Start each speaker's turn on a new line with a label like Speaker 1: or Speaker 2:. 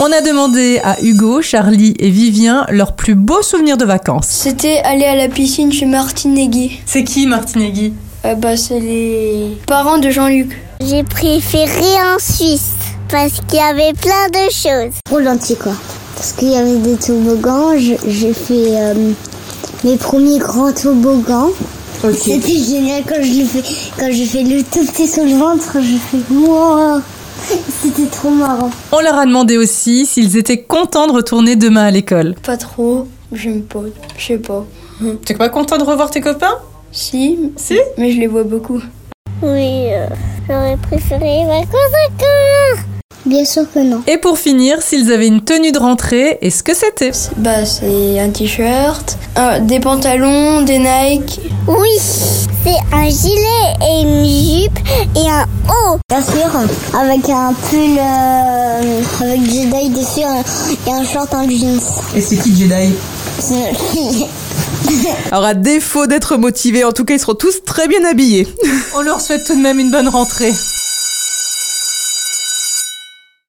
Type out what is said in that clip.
Speaker 1: On a demandé à Hugo, Charlie et Vivien leurs plus beaux souvenirs de vacances.
Speaker 2: C'était aller à la piscine chez Martine Egui.
Speaker 1: C'est qui Martinegui
Speaker 2: Euh, bah, c'est les parents de Jean-Luc.
Speaker 3: J'ai préféré en Suisse parce qu'il y avait plein de choses.
Speaker 4: trop gentil quoi. Parce qu'il y avait des toboggans, je- j'ai fait euh, mes premiers grands toboggans. C'était génial quand je l'ai fait, quand j'ai fait le tout petit sous le ventre, j'ai fait moi. C'était trop marrant.
Speaker 1: On leur a demandé aussi s'ils étaient contents de retourner demain à l'école.
Speaker 2: Pas trop, j'aime pas, je sais pas.
Speaker 1: T'es pas content de revoir tes copains
Speaker 2: Si,
Speaker 1: Si
Speaker 2: mais je les vois beaucoup.
Speaker 3: Oui, euh, j'aurais préféré les vacances encore.
Speaker 4: Bien sûr que non.
Speaker 1: Et pour finir, s'ils avaient une tenue de rentrée et ce que c'était.
Speaker 2: Bah, c'est un t-shirt, un- des pantalons, des Nike.
Speaker 3: Oui, c'est un gilet et une jupe et un haut.
Speaker 4: Bien sûr, avec un pull euh, avec Jedi dessus un- et un short en jeans.
Speaker 5: Et c'est qui Jedi
Speaker 4: C'est-
Speaker 6: Alors à défaut d'être motivés, en tout cas ils seront tous très bien habillés.
Speaker 1: On leur souhaite tout de même une bonne rentrée.